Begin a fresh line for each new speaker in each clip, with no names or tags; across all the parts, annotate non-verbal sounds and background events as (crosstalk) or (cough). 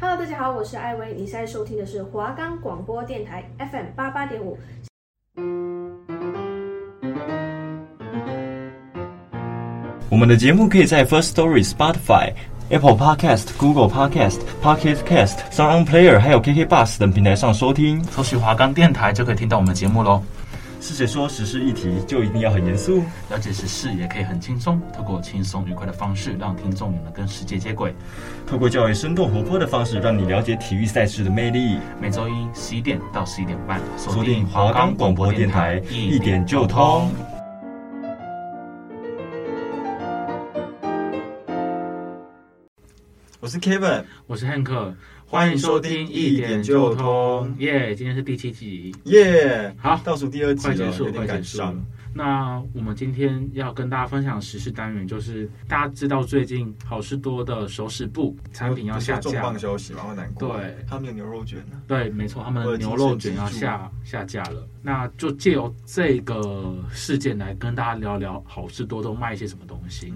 大家好，我是艾薇，你现在收听的是华冈广播电台 FM 八八点五。
我们的节目可以在 First Story、Spotify、Apple Podcast、Google Podcast、Pocket Cast、Sound On Player 还有 KK Bus 等平台上收听。
搜取华冈电台就可以听到我们节目喽。
是谁说时事议题就一定要很严肃？
了解时事也可以很轻松，透过轻松愉快的方式，让听众也能跟世界接轨。
透过较为生动活泼的方式，让你了解体育赛事的魅力。
每周一十一点到十一点半，
锁定华冈广播电台，一点就通。。我是 Kevin，
我是汉克，
欢迎收听一点就通
耶今天是第七集，
耶、
好
倒数第二集
快结
了，
束，
有点
快结
赶
束
上
了。。那我们今天要跟大家分享的时事单元，就是大家知道最近好事多的手指部产品要下
重
架
磅，消息嘛，我难过。
对，
他们有牛肉卷啊
对，没错，他们
我
的
的
牛
精
肉
神
卷
支
要
柱
下下架了。那就借由这个事件来跟大家聊聊好事多都卖一些什么东西。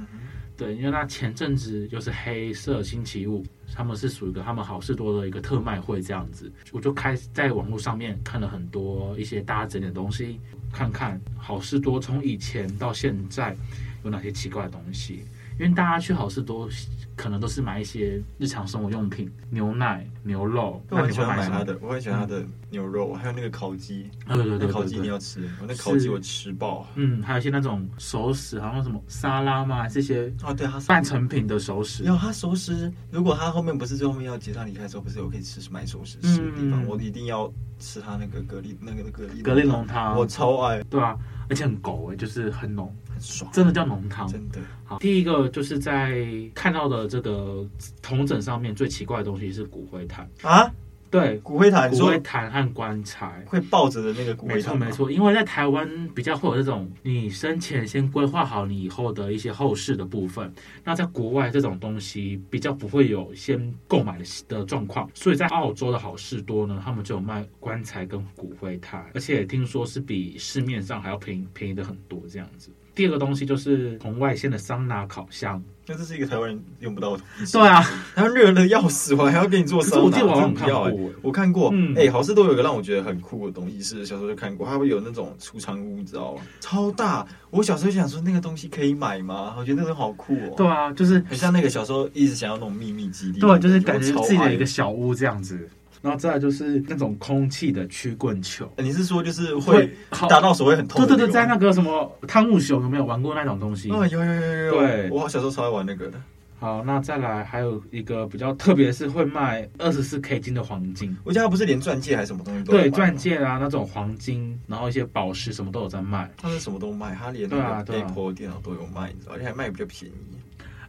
对，因为那前阵子就是黑色星期五，他们是属于一个他们好事多的一个特卖会这样子，我就开始在网络上面看了很多一些大家整理的东西，看看好事多从以前到现在有哪些奇怪的东西。因为大家去好事多，可能都是买一些日常生活用品，牛奶、牛肉。
我
那
很
你
喜
会
欢买
买什么
它？的，我很喜欢它的牛肉，还有那个烤鸡，
啊，对对
那
对
烤
对
鸡一
对
定要吃，我那烤鸡我吃爆。
嗯，还有一些那种熟食，好像什么沙拉嘛，这些
哦，对，它
半成品的熟食。
要它熟食，如果它后面不是最后面要结账离开的时候，不是有可以吃买熟食吃的地方，
嗯
我一定要吃它那个蛤蜊那个那个蛤蜊
蛤蜊浓汤，
我超爱，
对啊，而且很狗哎、就是很浓，
很爽，
真的叫浓汤。
真的。
好，第一个就是在看到的这个同枕上面最奇怪的东西是骨灰坛，
啊，
对，
骨灰坛，你
骨
说
灰坛和棺材。
会抱着的那个骨
没
灰
错
坛吗，
没错，因为在台湾比较会有这种，你生前先规划好你以后的一些后事的部分。那在国外这种东西比较不会有先购买的的状况，所以在澳洲的好事多呢，他们就有卖棺材跟骨灰坛，而且听说是比市面上还要便宜便宜的很多这样子。第二个东西就是红外线的桑拿烤箱，
那这是一个台湾人用不到的。
对啊，
台湾热的要死，我还要给你做
可是
桑拿，
我记得我好像
真的不要
看
欸
过欸
我看过，哎、
嗯
好事多有个让我觉得很酷的东西，是小时候就看过，它会有那种储藏屋，你知道吗？超大，我小时候就想说那个东西可以买吗？我觉得那种好酷哦、
对啊，就是
很像那个小时候一直想要那种秘密基地，
对，啊就是感觉
我超
自己
爱
的一个。小屋这样子。然后再来就是那种空气的曲棍球。
你是说就是
会
会打到手会很痛
对
的
对
种？
对，在那个什么汤姆熊有没有玩过那种东西？
哦，有有有有有，
对
我小时候超爱玩那个的。
好，那再来还有一个比较特别，是会卖二十四 K 金的黄金，
我记得它不是连钻戒还是什么东西都有卖
对，
吗
钻，戒啊那种黄金，然后一些宝石什么都有在卖。
它是什么都卖，它连
对啊
那个
对啊
Apple 电脑都有卖，你知道，而且还卖比较便宜。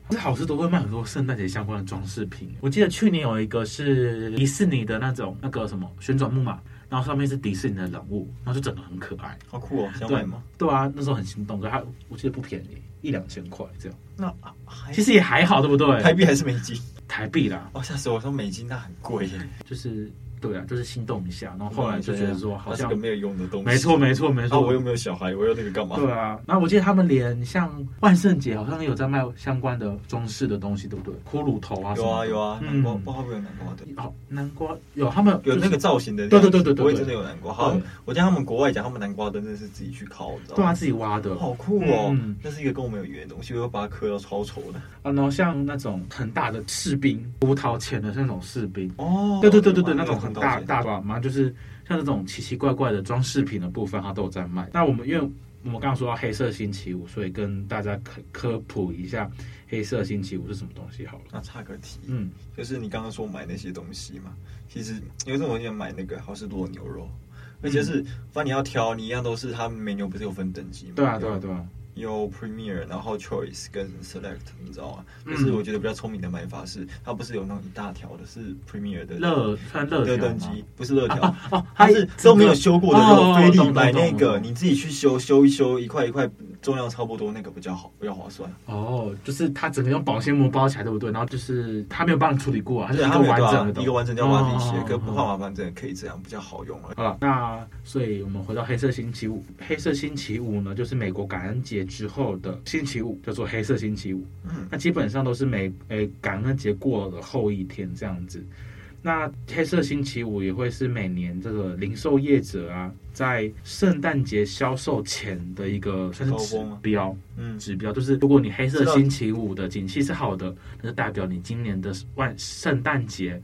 这好事多会卖很多圣诞节相关的装饰品。我记得去年有一个是迪士尼的那种那个什么旋转木马，然后上面是迪士尼的人物，然后就整个很可爱。
好酷哦，想
对
买吗？
对啊，那时候很心动，可它我记得不便宜，一两千块这样，
那啊还
其实也还好，对不对？
台币还是美金？
台币啦，
哦，吓死我！我说美金那很贵耶。
就是对啊，就是心动一下，然后
啊
后来就觉得说好像
它是个没有用的东西。
没错没错没
然
错，
后我又没有小孩，我要那个干嘛？
对啊，然后我记得他们连像万圣节好像有在卖相关的装饰的东西，对不对？骷髅头啊什
有
么
啊
的，
有啊，南
嗯
瓜，不知道会有南瓜的。
好南瓜有他们
有
就是
那个造型的，
对对对对对
不
对
会真的有南瓜。好像
对
我见他们国外讲，他们南瓜灯真的是自己去烤，你知道
对啊
吗？
自己挖的
好酷哦
嗯！
那是一个跟我们有缘的东西，我要把它刻到超丑的。
啊，然后像那种很大的士兵，葡萄钱的那种士兵，
哦
对对对对对，那种很
很
大大吧，嘛，就是像那种奇奇怪怪的装饰品的部分，它都有在卖。那我们因为我们刚刚说到黑色星期五，所以跟大家科科普一下黑色星期五是什么东西好了。
那差个题，
嗯，
就是你刚刚说买那些东西嘛，其实有一种我想买那个好事多的牛肉，
嗯
而且是反正你要挑，你一样都是它 menu 不是有分等级吗？
对啊对啊对啊，
有 Premier，然后 Choice 跟 Select，你知道吗？
嗯
就是我觉得比较聪明的买法是，它不是有那种一大条的，是 Premier 的
乐算乐
的
条
等
吗？
级，不是热条。
哦，
(laughs) 它是都没有修过的
哦
肉，非
懂
你
懂
买
懂
那个，
懂
你自己去修修一修，一块一块，重量差不多，那个比较好，比较划算。
哦，就是它整个用保鲜膜包起来，对不对？然后就是它没有帮你处理过啊，它
而
是
且
一
它
个
没有
完
对啊
整的东
一个完整要把它自己
哦
切
哦，
跟
哦
不怕麻烦，真的可以这样比较好用了。
好了，那所以我们回到黑色星期五。黑色星期五呢，就是美国感恩节之后的星期五，叫做黑色星期五。
嗯，
呃那基本上都是美诶、感恩节过了的后一天这样子。那黑色星期五也会是每年这个零售业者啊，在圣诞节销售前的一个算是
高
指
峰吗
标，
嗯，
指标就是如果你黑色
知道
星期五的景气是好的，那就代表你今年的万圣诞节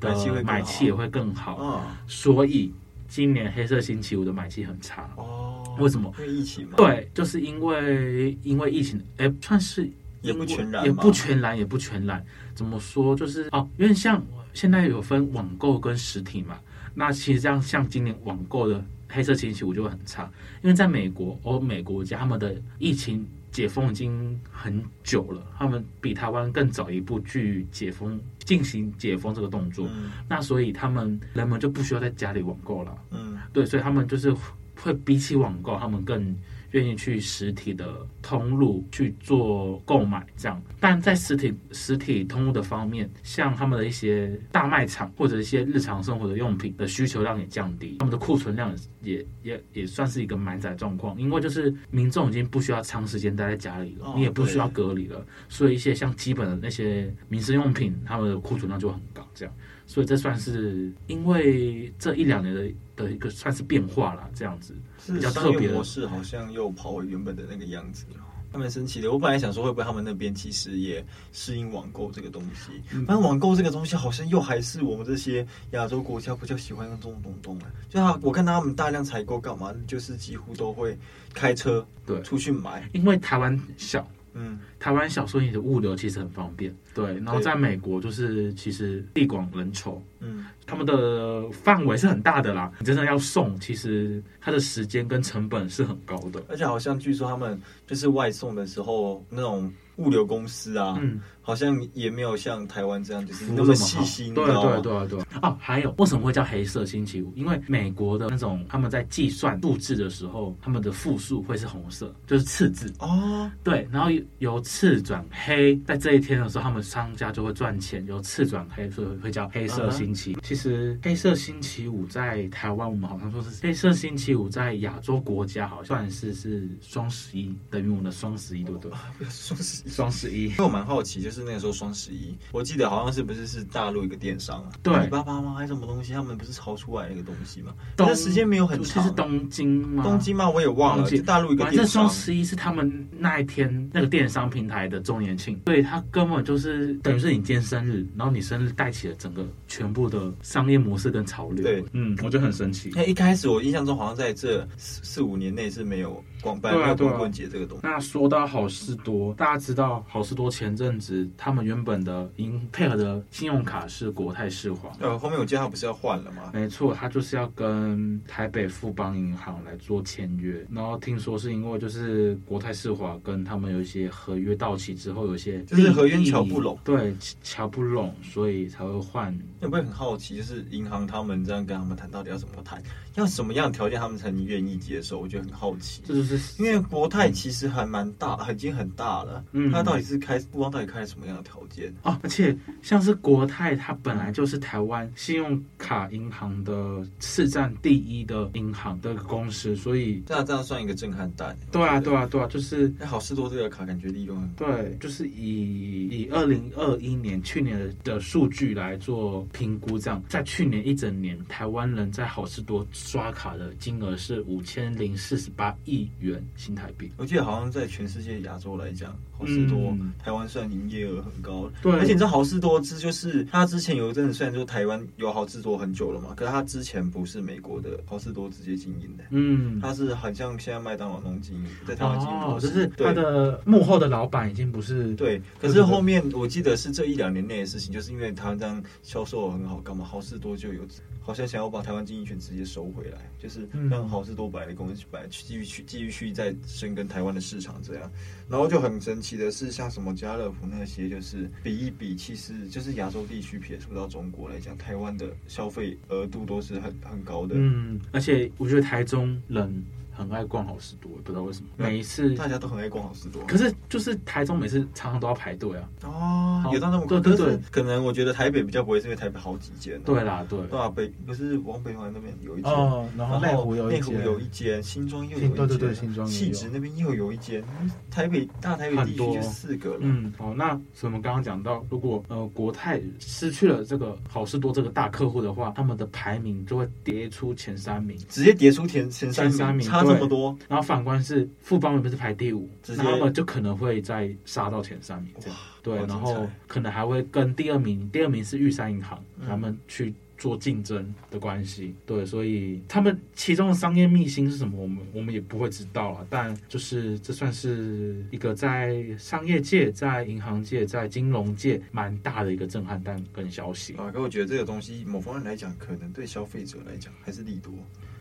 的
买气会更好
买气也会更好。
啊，
所以今年黑色星期五的买气很差。
哦，
为什么？
因为疫情嘛，，
对，就是因为因为疫情，哎，算是
也不
因为
全然
也
吧
不全然，也不全然。怎么说？就是哦，因为像现在有分网购跟实体嘛，那其实这样像今年网购的黑色星期五就会很差，因为在美国欧美国家他们的疫情解封已经很久了，他们比台湾更早一步去解封进行解封这个动作，
嗯
那所以他们人们就不需要在家里网购了。
嗯，
对，所以他们就是会比起网购，他们更愿意去实体的通路去做购买这样。但在实体实体通路的方面，像他们的一些大卖场或者一些日常生活的用品的需求量也降低，他们的库存量也也也算是一个满载状况，因为就是民众已经不需要长时间待在家里了，
哦
你也不需要
对
隔离了，所以一些像基本的那些民生用品，他们的库存量就很高这样。所以这算是因为这一两年的的一个算是变化啦，这样子。
是
比较
商
特别
业
的
模式好像又跑回原本的那个样子了。还蛮神奇的，我本来想说会不会他们那边其实也适应网购这个东西，
嗯
反正网购这个东西好像又还是我们这些亚洲国家比较喜欢用这种东东啊。就他我看他们大量采购干嘛，就是几乎都会开车
对
出去买，
因为台湾小，
嗯，
台湾小，所以你的物流其实很方便。对，然后
对
在美国就是其实地广人稠，
嗯，
他们的范围是很大的啦。你真的要送，其实它的时间跟成本是很高的。
而且好像据说他们就是外送的时候，那种物流公司啊，
嗯，
好像也没有像台湾这样就是
服务
那
这么
细
好
心，
对
你知道
对
吗
对对。哦，还有为什么会叫黑色星期五？因为美国的那种他们在计算数字的时候，他们的复数会是红色，就是次字。 (laughs)
哦，
对，然后由赤转黑，在这一天的时候，他们商家就会赚钱，由赤转黑，所以会叫黑色星期。嗯其实黑色星期五在台湾，我们好像说是黑色星期五在亚洲国家好像是是双十一，等于我们的双十一，对不对？
双十一。
双十一
因为我蛮好奇，就是那个时候双十一，我记得好像是不是是大陆一个电商啊，
对
阿里巴巴吗？还是什么东西？他们不是炒出来那个东西吗？
东
但是时间没有很
是
长，
是东京吗？
东。京吗？我也忘了，
忘记
就大陆一个
反正
电商
双。十一是他们那一天那个电商平台的周年庆，所以他根本就是等于是你今天生日，然后你生日带起了整个全部的商业模式跟潮流。
对，
嗯，我觉得很神奇。
那一开始我印象中好像在这四四五年内是没有广办
对啊
没有
对啊
光棍节这个东西。
那说到好事多，大家知道好事多前阵子他们原本的银配合的信用卡是国泰世华，
呃，后面我记得他不是要换了吗？
没错，他就是要跟台北富邦银行来做签约，然后听说是因为就是国泰世华跟他们有一些合约到期之后，有一些
就是合约
利益
瞧不拢，
对，瞧不拢，所以才会换。
你会很好奇，就是银行他们这样跟他们谈，到底要怎么谈，要什么样的条件他们才能愿意接受？我觉得很好奇。
这就是
因为国泰其实还蛮大，已经很大了。
嗯
它到底是开，不知道到底开了什么样的条件。
哦，而且像是国泰，它本来就是台湾信用卡银行的市占第一的银行的公司，所以
那这样算一个震撼弹。欸
对啊，
我觉
对
得。
啊，对啊，就是
那好事多这个卡感觉利用很高
对，就是以以二零二一年去年的的数据来做评估，这样在去年一整年，台湾人在好事多刷卡的金额是五千零四十八亿元新台币。
我记得好像在全世界亚洲来讲，好事多、
嗯
台湾算营业额很高的。
对
而且你知道好事多之就是它之前有一阵子虽然说台湾有好事多很久了嘛，可是它之前不是美国的好事多直接经营的，
嗯，
它是很像现在麦当劳那种经营，在台湾经营
哦
模，式。
就是
对
他的幕后的老板已经不是
对，可是后面我记得是这一两年内的事情，就是因为台湾这样销售很好，干嘛好事多就有好像想要把台湾经营权直接收回来，就是
嗯
让好事多摆的公司摆去继续去继续去再深耕台湾的市场这样。然后就很神奇的是，像什么家乐福那些，就是比一比，其实就是亚洲地区撇除到中国来讲，
嗯
台湾的消费额度都是很很高的。
嗯，而且我觉得台中人很爱逛好事多，也不知道为什么，
嗯
每一次。
大家都很爱逛好事多。
可是就是台中每次常常都要排队啊。
哦，有到那么
对
多，
对
但是
对
可能我觉得台北比较不会，是因为台北好几间、啊。
对啦，对，
对啊，北不是往北环那边有一间，
哦，然后
内
内湖有一
内湖
间，
有一间，新庄又有一
新
间，
对对对新庄也有
汐止那边又有一间，台北大台北地
很
区
多
就四个了。
嗯，好，那所以我们刚刚讲到，如果呃国泰失去了这个好事多这个大客户的话，他们的排名就会跌出前三名。
直接跌出前前
前三
三
名
差这么多，
然后反观是富邦原本是排第五，
直
那
接
他们就可能会再杀到前三名这样。对，
好精
然后
彩
可能还会跟第二名，第二名是玉山银行，
嗯
他们去做竞争的关系。对，所以他们其中的商业秘辛是什么，我们我们也不会知道了。但就是这算是一个在商业界、在银行界、在金融界蛮大的一个震撼弹跟消息。
啊！可我觉得这个东西某方面来讲，可能对消费者来讲还是利多，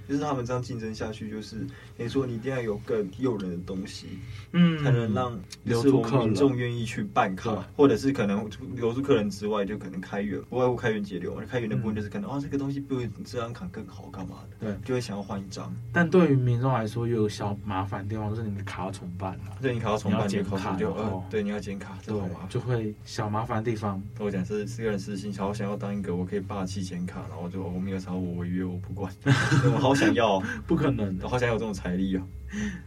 就是他们这样竞争下去，就是你说你一定要有更诱人的东西，
嗯，
才能让
留
是
住
我
客
们
人
民众愿意去办
对
卡，或者是可能留住客人之外，就可能开源，不外乎开源节流嘛。开源的部分
嗯
就是可能、哦，这个东西比这张卡更好，干嘛的？
对，
就会想要换一张。
但对于民众来说，又有小麻烦的地方，就是你的卡要重办了。
对你卡要重
你要
办，你
剪
的考
卡
试就
然后
呃，对，啊你要剪卡，这
对
好麻，烦。
就会小麻烦的地方，
我讲是私人私心，好想要当一个我可以霸气剪卡，然后就哦我没有查我违约，我不管， (laughs) 我好想要，
不可能
我
的。
好想有这种财力啊！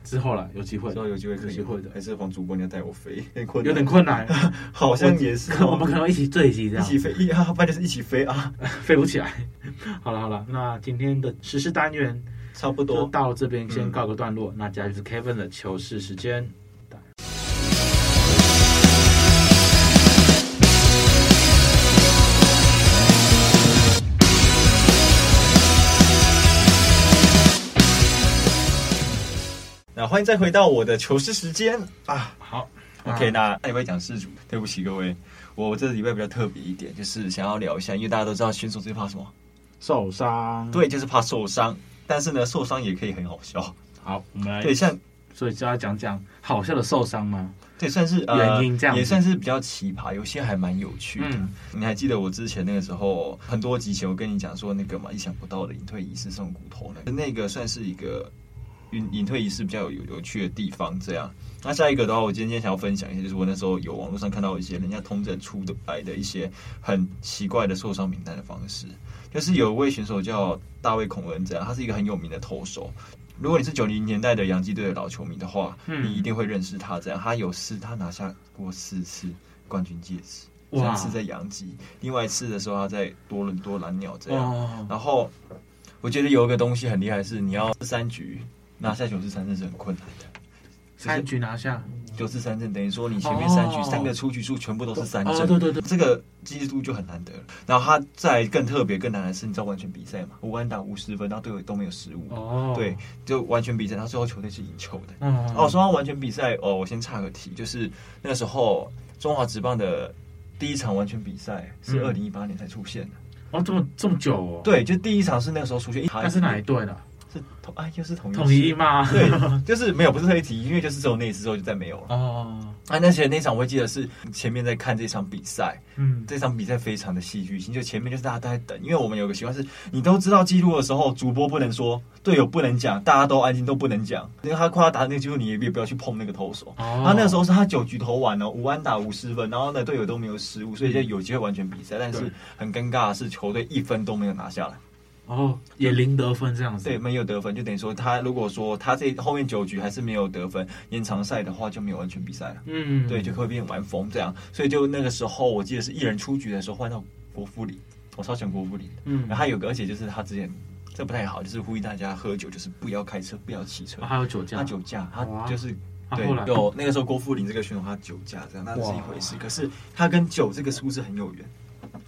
之后啦，有机会
之，后有机会可
有
以
机会的
还是黄主播你要带我飞， (laughs) 有点困
有
难
点困难。
好像也是哦，
我们可能一起坠机这
一
样，
起飞一啊，不然就是一起飞啊，
飞不起来。 (laughs) 好了好了，那今天的实施单元
差不
就
多。
到这边先
嗯
告个段落。那接下来就是 Kevin 的糗事时间。
那欢迎再回到我的求师时间啊。
好
OK，
那
那那礼拜讲事主，对不起各位，我这礼拜比较特别一点，就是想要聊一下，因为大家都知道选手最怕什么，
受伤，，
对，就是怕受伤。但是呢，受伤也可以很好笑，
好，我们来，
对，像
所以就要讲讲好笑的受伤吗？
对，算是呃
原因这样子
也算是比较奇葩，有些还蛮有趣的。
嗯
你还记得我之前那个时候，很多集前我跟你讲说那个嘛，意想不到的隐退仪式送骨头那个，那个算是一个隐隐退仪式比较有有有趣的地方。这样，那下一个的话，我今天想要分享一下，就是我那时候有网络上看到一些人家通诊出的来的一些很奇怪的受伤名单的方式，就是有一位选手叫大卫孔恩，这样，他是一个很有名的投手。如果你是九零年代的洋基队的老球迷的话，
嗯
你一定会认识他。这样，他有四，他拿下过四次冠军戒指，
哇
三次在洋基，另外一次的时候他在多伦多蓝鸟这样。
哦，
然后我觉得有一个东西很厉害，是你要三局拿下九十三胜是很困难的。
三局拿下，
九十三阵等于说你前面三局、
哦
三个出局数全部都是三
哦
阵，
对对对
这个记录就很难得了。然后他再来更特别、更难的是，你知道完全比赛嘛？五安打五十分，然后队友都没有失误，
哦，
对，，就完全比赛，他最后球队是赢球的。
嗯，
哦，说到完全比赛，哦，我先岔个题，就是那时候中华职棒的第一场完全比赛是
嗯
二零一八年才出现的，
哦，这么这么久哦，，
对，就第一场是那个时候出现，
那是哪一队的？
是统啊，又是统一
统一吗？
对， (laughs) 就是没有，不是特意提，因为就是只有那一次之后就再没有了。
(laughs) 哦，
啊，那些那场我记得是前面在看这场比赛，
嗯，
这场比赛非常的戏剧性，就前面就是大家都在等，因为我们有个习惯是，你都知道记录的时候，主播不能说，队友不能讲，大家都安静都不能讲，因为他快要打那个记录，你也不要去碰那个投手。
哦
他那个时候是他九局投完了，五安打五十分，然后呢队友都没有失误，所以就有机会完全比赛。但
对
是很尴尬的是，球队一分都没有拿下来，
哦，也零得分这样子，嗯
对，没有得分，就等于说他如果说他这后面九局还是没有得分，延长赛的话就没有完全比赛了。
嗯，
对，就会变玩疯这样。所以就那个时候，我记得是一人出局的时候换到国富里，我超喜欢国富里的。
嗯
然后他有个，而且就是他之前这不太好，就是呼吁大家喝酒，就是不要开车，不要骑车
哦，。还有酒驾，
他酒驾，他
哇
就是。
他
对
后来，
有那个时候郭富林这个选手他酒驾这样，那是一回事。可是他跟酒这个数字很有缘，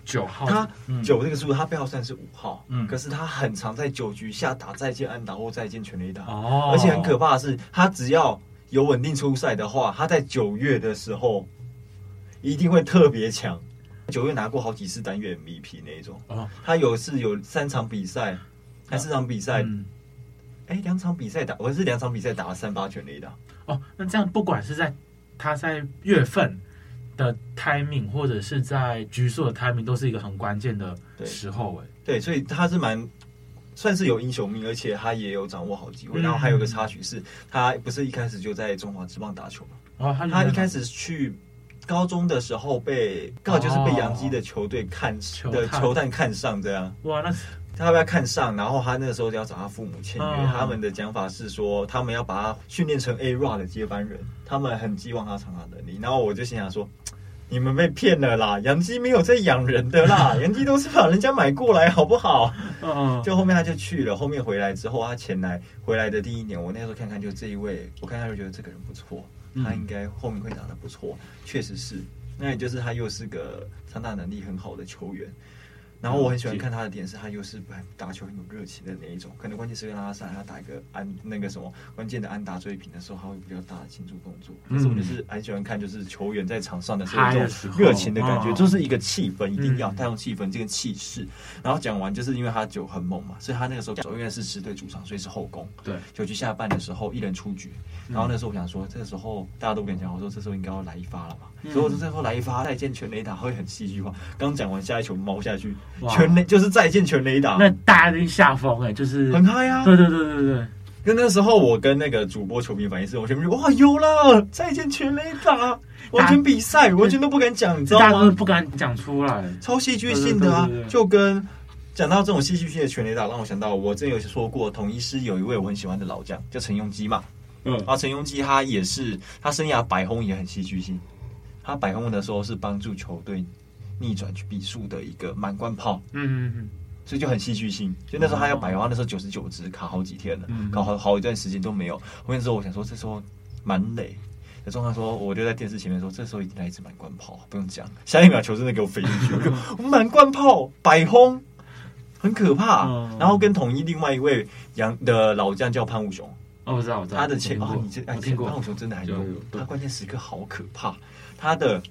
九号，
他
嗯
酒这个数字他背后算是五号，
嗯
可是他很常在酒局下打再见安打或再见全垒打，
哦，
而且很可怕的是，他只要有稳定出赛的话，他在九月的时候一定会特别强。九月拿过好几次单月 MVP 那一种，
哦，
他有次有三场比赛，还四场比赛，
嗯，
哎、两、场比赛打，我是两场比赛打了三八全垒打，
哦，那这样不管是在他在月份的 timing，或者是在局数的 timing，都是一个很关键的
对
时候，哎，
对，所以他是蛮算是有英雄命，而且他也有掌握好机会。
嗯
然后还有个插曲是，他不是一开始就在中华职棒打球吗？
哦，他
他一开
始
始去高中的时候被刚好就是被洋基的球队看
哦球
的
探
球探看上这样。(laughs)
哇，那
他被他看上，然后他那个时候就要找他父母签约。
嗯
他们的讲法是说，他们要把他训练成 A Rod 的接班人，他们很寄望他长打能力。然后我就心想说，你们被骗了啦，杨基没有在养人的啦，杨基都是把人家买过来，好不好？
嗯，
就后面他就去了，后面回来之后，他前来回来的第一年，我那时候看看就这一位，我看他就觉得这个人不错，
嗯
他应该后面会打得不错，确实是。那也就是他又是个长打能力很好的球员，然后我很喜欢看他的点是，他又是打球很有热情的那一种，可能关键时刻让他上来，他打一个安那个什么关键的安打追平的时候，他会比较大的庆祝动作。可是我就是很喜欢看，就是球员在场上的时候
嗨
有
的
一
时
种
候
热情的感觉，
哦
就是一个气氛，一定要
嗯
带动气氛这个气势。然后讲完，就是因为他酒很猛嘛，所以他那个时候走，因为是十队主场，所以是后攻。
对，
九局下半的时候，一人出局。
嗯
然后那时候我想说，这个时候大家都不敢讲，我说这时候应该要来一发了嘛。
嗯
所以我说这时候来一发，再见全垒打会很戏剧化。刚讲完，下一球猫下去，
哇
全垒就是再见全垒打，
那大家一定下风哎，就是
很嗨啊！
对对对对对，
跟那时候我跟那个主播球迷反应是，我全部就哇有了，再见全垒打，完全比赛，完全都不敢讲，你知
这
道
大家
吗？
都不敢讲出来。
超戏剧性的啊
对对对对，对
就跟讲到这种戏剧性的全垒打，让我想到我之前有说过，统一师有一位我很喜欢的老将叫陈庸基嘛，
嗯
啊，陈庸基他也是他生涯百轰也很戏剧性，他百轰的时候是帮助球队逆转比数的一个满贯炮。
嗯嗯
所以就很戏剧性。就那时候他要百花，那时候九十九只卡好几天了，搞好好一段时间都没有。后面之后我想说，这时候蛮累。有状况说，我就在电视前面说，这时候已经来一支满贯炮，不用讲，下一秒球真的给我飞进去，我就我满贯炮百轰，很可怕。
嗯
然后跟统一另外一位杨的老将叫潘武雄，
哦，我知道我知道，
他的
我听
前
过
哦，你这哎
我听
潘武
过，
雄真的很
有
有
有，对
他关键时刻好可怕，他的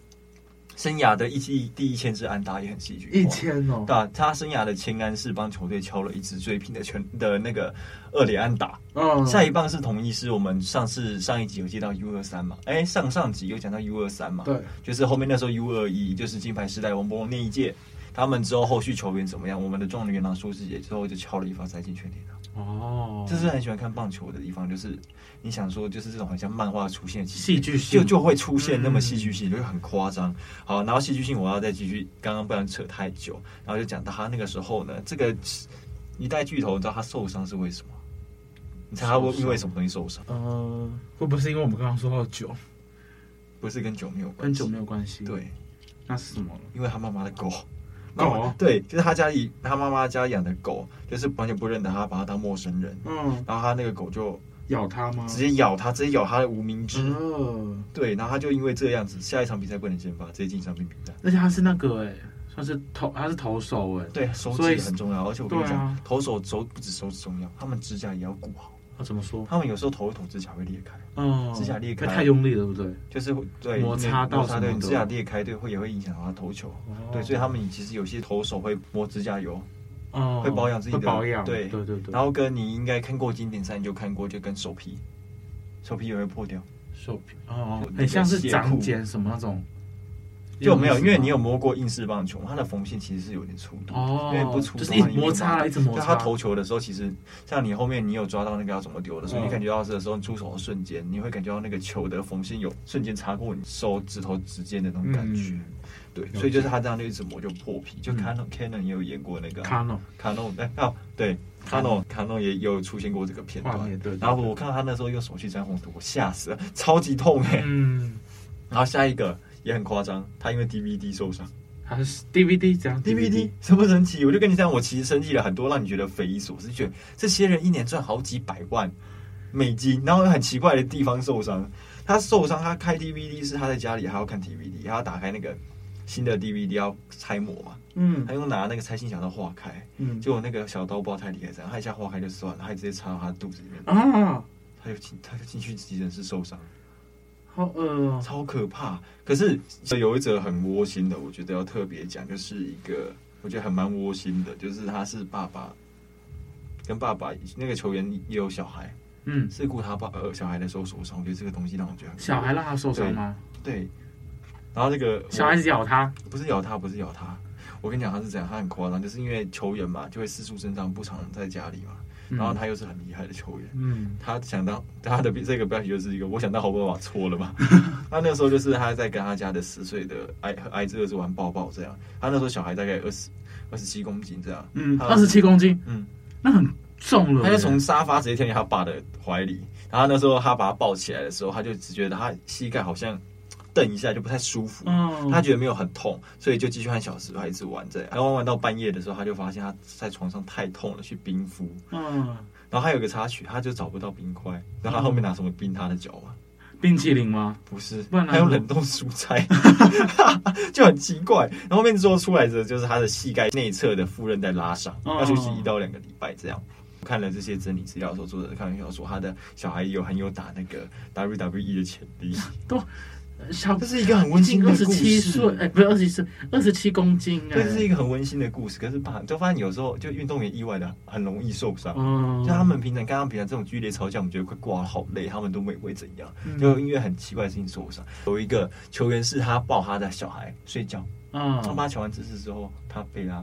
生涯的一记第一千支安打也很戏剧化，
一千哦，
对、啊，他生涯的前安是帮球队敲了一支追平的全的那个二连安打，
嗯，
下一棒是同一师。我们上次上一集有接到 U 二三嘛？哎，上上集有讲到 U 二三嘛？
对，
就是后面那时候 U 二一就是金牌时代王柏荣那一届，他们之后后续球员怎么样？我们的状元郎苏志杰之后就敲了一发塞进全垒打。
哦，
这是很喜欢看棒球的地方，就是你想说，就是这种很像漫画出现的情节
戏剧性
就就会出现那么戏剧性，就会很夸张。好，然后戏剧性我要再继续，刚刚不然扯太久，然后就讲到他那个时候呢，这个一代巨头，你知道他受伤是为什么？你猜他会
受伤
因为什么东西受伤？
呃，会不会是因为我们刚刚说到酒？
不是跟酒没有关
跟
系，
酒没有关系。，
对，
那是什么了？
因为他妈妈的狗。
狗啊
对，就是他家里他妈妈家养的狗，就是完全不认得他，把他当陌生人。
嗯，
然后他那个狗就
咬它吗？
直接咬他，直接咬他的无名
嗯
指。
呃，
对，然后他就因为这样子，下一场比赛不能先发，直接进伤病名单。
而且它是那个哎，算是投，它是投手哎。
对，手
所
指
以
很重要，而且我跟你
对
讲，
啊
投手手不止手指重要，他们指甲也要顾好。
那啊怎么说？
他们有时候投一投指甲会裂开，
嗯，
指甲裂开
因为太用力了，对不对？
就是会对
摩擦到
摩擦对
什么的
指甲裂开，对会也会影响到他投球。
哦
对，所以他们其实有些投手会抹指甲油，
哦
会保养自己的
会保养，
对
对对对。
然后跟你应该看过经典赛你就看过，就跟手皮，手皮也会破掉，
手皮哦
就，
很像是
那
长
个鞋
茧什么那种，
就没有，因为你有
吗
摸过硬式棒球，它的缝线其实是有点粗度，
哦，
因为不粗的
就
话
是
你
一
就麻烦，
直摩擦啊了，一直摩
就
擦。
他投球的时候，其实像你后面你有抓到那个要怎么丢的时候，
嗯
你感觉到这个时候你出手的瞬间，你会感觉到那个球的缝线有瞬间擦过你手指头指尖的那种感觉。
嗯
对，
解
所以就是他这样就一直磨就破皮。就
嗯
Canon、Canon 也有演过那个
卡
(laughs)
诺，
卡农，哎啊对，Canon Canon 也有出现过这个片
画
段
面。对对
然后我看到他那时候用手去沾红土，我吓死了，超级痛哎、
嗯，
然后下一个也很夸张，他因为 DVD 受伤。
它是 DVD 这样
DVD 神不神奇？我就跟你讲，我其实生气了很多，让你觉得匪夷所思，觉得这些人一年赚好几百万美金，然后很奇怪的地方受伤。他受伤，他开 DVD 是他在家里还要看 DVD，还要打开那个新的 DVD 要拆模嘛，
嗯
他用拿那个拆信小刀划开，
嗯，
结果那个小刀不知道太厉害，怎样，他一下划开就算了，他直接插到他肚子里面，
啊，
他就进他就进去急诊室受伤。
好恶哦，
超可怕。可是有一则很窝心的，我觉得要特别讲，就是一个我觉得很蛮窝心的，就是他是爸爸跟爸爸那个球员也有小孩，
嗯，
是顾他爸呃小孩的时候受伤，我觉得这个东西让我觉得很
小孩让他受伤吗？
对。然后那个
小孩子咬他，
不是咬他，不是咬他，我跟你讲，他是怎样，他很夸张，就是因为球员嘛，就会四处征战，不常在家里嘛。然后他又是很厉害的球员，
嗯
他想当他的这个标题就是一个我想当好爸爸错了吧？他那时候就是他在跟他家的十岁的癌癌症儿子玩抱抱这样，他那时候小孩大概二十二十七公斤这样，
嗯，
他
二十七公斤，
嗯，
那很重了耶。
他就从沙发直接跳进他爸的怀里，然后那时候他把他抱起来的时候，他就只觉得他膝盖好像蹬一下就不太舒服，
嗯，
他觉得没有很痛，所以就继续和小时孩子玩这样，然后玩玩到半夜的时候，他就发现他在床上太痛了，去冰敷，
嗯，
然后还有一个插曲，他就找不到冰块，然后他后面拿什么冰他的脚啊嘛？
冰淇淋吗？
不是，
不然拿
还有
什么
冷冻蔬
(laughs)
菜，就很奇怪。然后后面做出来的就是他的膝盖内侧的副韧带拉伤，
哦
要休息一到两个礼拜这样。看了这些整理资料的时候，作者开玩笑说他的小孩有很有打那个 WWE 的潜力，
小
这是一个很温馨的
哦二
故事。
十七岁，哎，不是二十岁，二十七公斤哎，
对，这是一个很温馨的故事。可是吧，就发现有时候就运动员意外的很容易受伤。
嗯，
像他们平常跟他们平常这种剧烈吵架，我们觉得快挂了，好累，他们都没会怎样，
嗯
就因为很奇怪的事情受伤。有一个球员是他抱他的小孩睡觉，
嗯，
他帮他瞧完姿势之后，他被他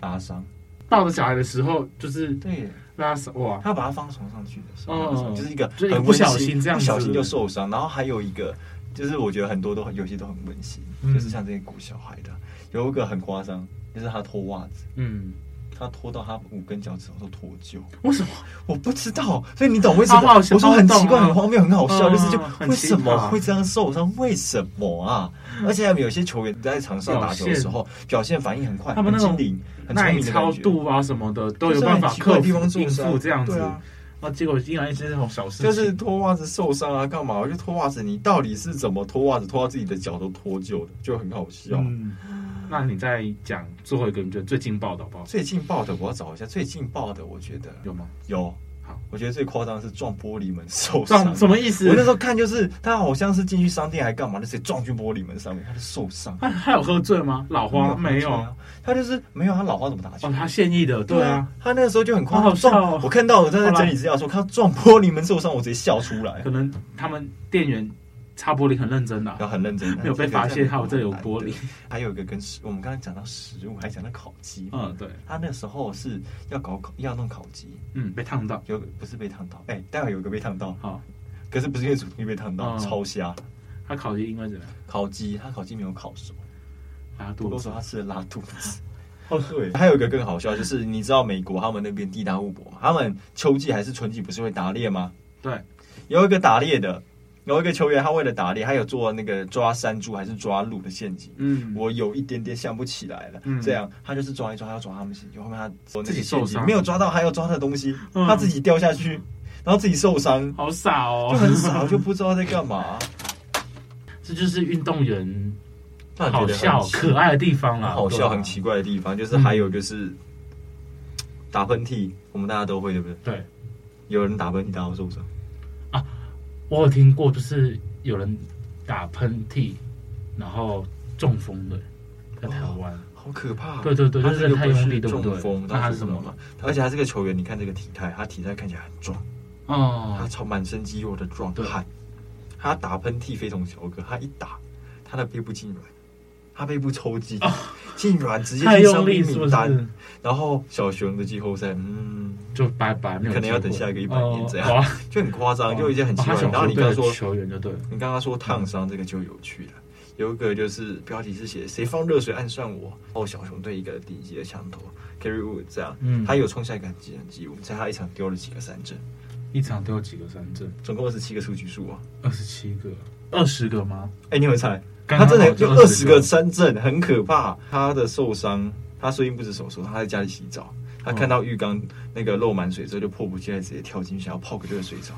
拉伤，
抱着小孩的时候就是
对
拉手啊哇，
他把他放床上去的时候，
嗯
拉伤就是一个
就是一个
很
不
温
小
馨
心这样
不
子
小心就受伤。然后还有一个就是我觉得很多都很有些都很温馨，
嗯
就是像这些顾小孩的，有一个很夸张，就是他脱袜子。
嗯，
他脱到他五根脚趾头都脱臼，
为什么？
我不知道，所以你懂为什么？
好好笑
我说很奇怪，
好好懂啊
很荒谬，很好笑，
嗯
就是就
很
为
奇嗯
什么
葩
会这样受伤？为什么啊？而且还有些球员在场上打球的时候，表现反应很快，
他们
很
那种
精灵，很聪
耐
明的
超
感觉。
度啊什么的都
就是
有办法
很奇怪
克
的
服
地方受
应
伤
付这样子哦
对，啊
啊，结果竟然一直是这种小事情，
就是脱袜子受伤啊，干嘛？我就脱袜子，你到底是怎么脱袜子？脱到自己的脚都脱臼的，就很好笑。
嗯，
那你再讲最后一个，你觉得最劲爆的好不好？
最近爆的，我要找一下最近爆的，我觉得
有吗？
有
好。
我觉得最夸张的是撞玻璃门受伤
撞，哦什么意思
我那？时候看就是他好像是进去商店还干嘛，就直接撞进玻璃门上面，他就受伤。
他他有喝醉吗？老花没有
啊，他就是没有他老花怎么打球
哦，？他现役的，对啊，，
他那个时候就很夸
好
张
好笑哦
撞。我看到我在整理资料的时候，看到撞玻璃门受伤，我直接笑出来
可，能他们店员擦玻璃很认真的啊
然后，很认真。
没有被发现还有这有玻璃
对。还有一个跟食我们刚才讲到食物，还讲到烤鸡。
嗯，对，
他那时候是要搞烤要弄烤鸡，
嗯，被烫到，
有不是被烫到？哎，待会有一个被烫到，
好，
可是不是因为主题被烫到，
嗯
超瞎。
他烤鸡因为怎么样？
烤鸡他烤鸡没有烤熟，
拉
我
肚
都
子
说，他吃了拉肚子。哦，对，还有一个更好笑，就是你知道美国他们那边地大物博嘛，他们秋季还是春季不是会打猎吗？
对，
有一个打猎的，有一个球员，他为了打猎，他有做那个抓山猪还是抓鹿的陷阱。
嗯，
我有一点点想不起来了，
嗯
这样他就是抓一抓，他要抓他们陷阱，后面他
自己
陷
受
阱
伤
没有抓到，他要抓他的东西，
嗯
他自己掉下去，然后自己受伤，
好傻
就
哦，
很傻，就不知道在干嘛。
这就是运动员
那你觉
(laughs) 好
得很
笑
奇
可爱的地方啦，
好笑、
对啊
很奇怪的地方，就是还有就是打喷嚏，我们大家都会，对不对？
对，
有人打喷嚏打到受伤，
我有听过，就是有人打喷嚏，然后中风的，在台湾，
好可怕、啊
对对对
他这个
就是太用
不
力
是
对不对
中风，
那他是
中风
什么
嘛？而且他这个球员，你看这个体态，他体态看起来很壮，他
哦，
超满身肌肉的壮
对
汉，他打喷嚏非同小可，他一打，他的背部痉挛，他背部抽筋，痉挛直接
哦太
进伤
用力
病
是不
名单
是？
然后小熊的季后赛，嗯，
就拜拜，没有
可能要等
机会
下一个一百年这样
哦哇
就很夸张，就一件很奇怪
哦
的。
他想
然后你刚刚说
对球员就对了，
你刚刚说烫伤这个就有趣了，有一个就是标题是写“谁放热水暗算我”，哦，小熊队一个顶级的枪头 Kerry Wood 这样，
嗯
他有创下一个很惊人记录，在他一场丢了几个三振，
一场都有几个三振？
总共二十七个出局数啊！
二十七个，二十个吗？
哎，你有没有猜？
刚刚
他真的
好
有
像
二十
20
个
个
三振，很可怕。他的受伤，他最近不止手术，他在家里洗澡，他看到浴缸那个漏满水之后，就迫不及待直接跳进去，想要泡个热水澡。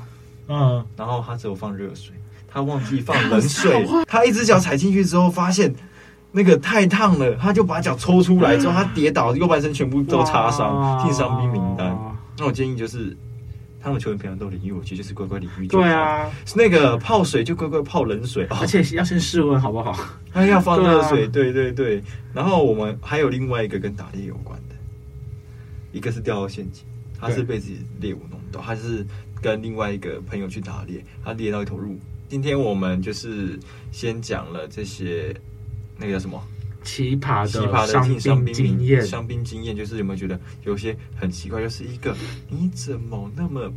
嗯，
然后他只有放热水，他忘记放冷
(laughs)
水，他一只脚踩进去之后发现。那个太烫了，他就把脚抽出来之后，他跌倒，右半身全部都擦伤，
哇
进伤兵名单。那我建议就是，他们球员平常都淋浴，我觉得就是乖乖淋浴就好。
对，啊，
那个泡水就乖乖泡冷水，哦
而、且要先试温好不好？
他要放
对啊
热水，对对对。然后我们还有另外一个跟打猎有关的，一个是掉到陷阱，他是
对
被自己猎物弄到，他是跟另外一个朋友去打猎，他猎到一头鹿。今天我们就是先讲了这些，那个叫什么
奇葩
奇葩的
的伤
进伤
病
兵
经验，
伤兵经验就是有没有觉得有些很奇怪，就是一个你怎么那么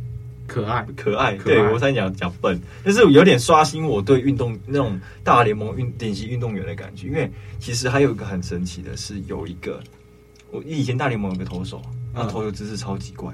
可爱。
可爱？
可爱
对我在讲讲笨，但是有点刷新我对运动那种大联盟运顶级运动员的感觉。因为其实还有一个很神奇的是，有一个我以前大联盟有个投手，他
嗯
投球姿势超级怪。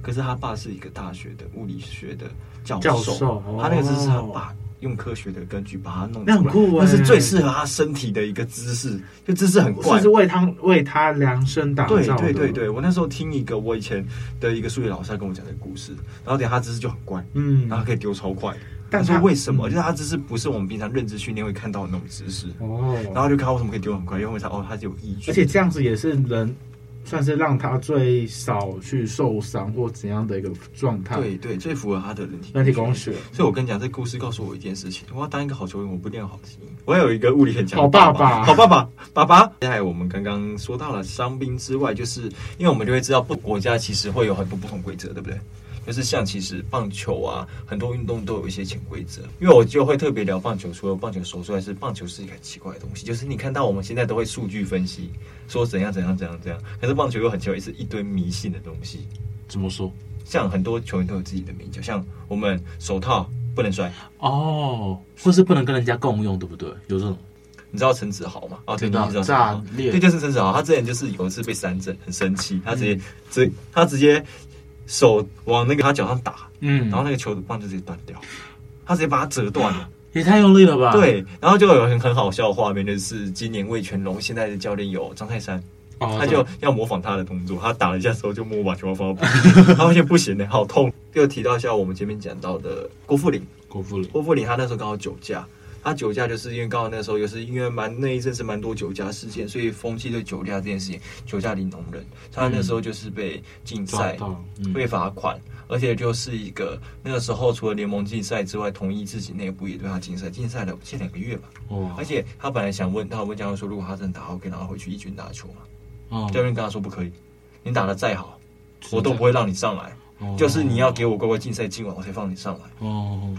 可是他爸是一个大学的物理学的教授，
教授
他那个姿势，他
哦
爸用科学的根据把它弄出来，
那很酷
那是
欸
最适合他身体的一个姿势，就姿势很怪，
这是为他为他量身打
对
造的。
对对对，我那时候听一个我以前的一个数学老师他跟我讲的故事，然后等下他姿势就很怪，
嗯
然后可以丢超快，
但
但是
他
啊为什么？
嗯
就是他姿势不是我们平常认知训练会看到的那种姿势，
哦，
然后就看他为什么可以丢很快，因为他哦他是有依据，
而且这样子也是人，算是让他最少去受伤或怎样的一个状态。，
对对最符合他的人体
人体
工
工
学。
学，
所以我跟你讲，这故事告诉我一件事情：我要当一个好球员，我不练好体育。我要有一个物理很强的
好爸爸
好爸爸，爸爸。接下来我们刚刚说到了伤兵之外，就是因为我们就会知道，不国家其实会有很多不同规则，对不对？就是像其实棒球啊，很多运动都有一些潜规则。因为我就会特别聊棒球，除了棒球手术，还是棒球是一个很奇怪的东西。就是你看到我们现在都会数据分析，说怎样怎样怎样怎样，可是棒球又很奇怪，是一堆迷信的东西。
怎么说？
像很多球员都有自己的名叫，像我们手套不能摔。
哦，或是不能跟人家共用，对不对？有这种
你知道陈子豪吗？哦，对，
知
你
道
知道
炸
陈子豪
裂
对，就是陈子豪。他之前就是有一次被三振，很生气，他直接直、他直接手往那个他脚上打，
嗯
然后那个球的棒就直接断掉，他直接把它折断了。
也太用力了吧？，
对，然后就有很很好笑的画面，就是今年魏全龙现在的教练有张泰山，
哦
他就要模仿他的动作，他打了一下之后就默默把球放到鼻 (laughs) 子里，他发现不行呢、好痛。又提到一下我们前面讲到的郭富林，
郭富林
郭富林他那时候刚好酒驾，他酒驾就是因为刚好那时候又是因为蛮那一阵子蛮多酒驾事件，所以风气对酒驾这件事情，酒驾零容忍，他那时候就是被禁赛、
抓到嗯
被罚款，而且就是一个那个时候除了联盟禁赛之外，同一自己内部也对他禁赛，禁赛了近两个月吧。
哦
哇
而，且他本来想问他问教练说，如果他真的打 OK，然后回去一军打球嘛，
哦
教练跟他说不可以，你打的再好，我都不会让你上来，
哦
就是你要给我乖乖竞赛今晚我才放你上来。
哦，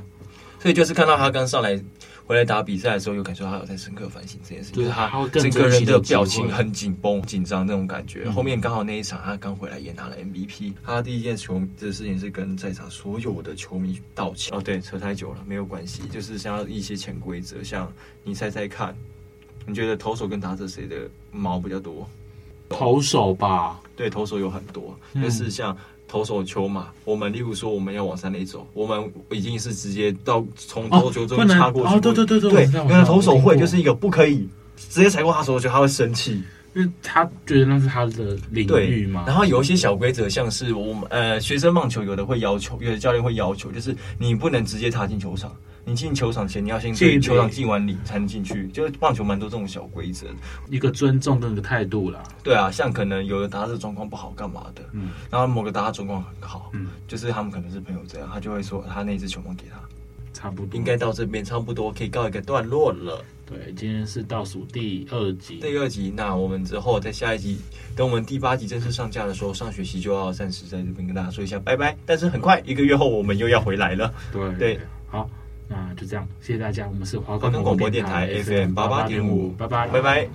所以就是看到他刚上来回来打比赛的时候，有感受到他有在深刻反省这件事情，
对
就是
他会更嗯
整个人的表
珍惜这个机
情
会
很紧绷、紧张那种感觉。后面刚好那一场他刚回来也拿了 MVP，他第一件球的事情是跟在场所有的球迷道歉。哦，对，扯太久了，没有关系，就是像一些潜规则，像你猜猜看，你觉得投手跟打者谁的毛比较多？
投手吧，
对，投手有很多，
嗯
但是像投手球嘛，我们例如说我们要往三垒走，我们已经是直接到从投球中
不能
插过去，
哦对对对对我
对，
知道我
因
知道
为投手
我
会
听过
就是一个不可以直接踩过他手球，他会生气，
因为他觉得那是他的领
对
域嘛。
然后有一些小规则，像是我们呃学生棒球有的会要求，有的教练会要求，就是你不能直接踏进球场。你进球场前，你要先
敬
对
礼
球场敬完礼才能进去。就是棒球蛮多这种小规则的，
一个尊重跟一个态度啦，
对啊，像可能有的打者状况不好干嘛的，
嗯
然后某个打者状况很好，
嗯
就是他们可能是朋友这样，他就会说他那一支球棒给他，
差不多。
嗯应该到这边差不多可以告一个段落了。
对，今天是倒数第二集，
第二集，那我们之后在下一集，等我们第八集正式上架的时候，上学期就要暂时在这边跟大家说一下拜拜。但是很快一个月后我们又要回来了，
对
对，
好，那就这样，谢谢大家，我们是华
广
冈
东广播电台 FM 八八点五，
拜拜，
拜拜。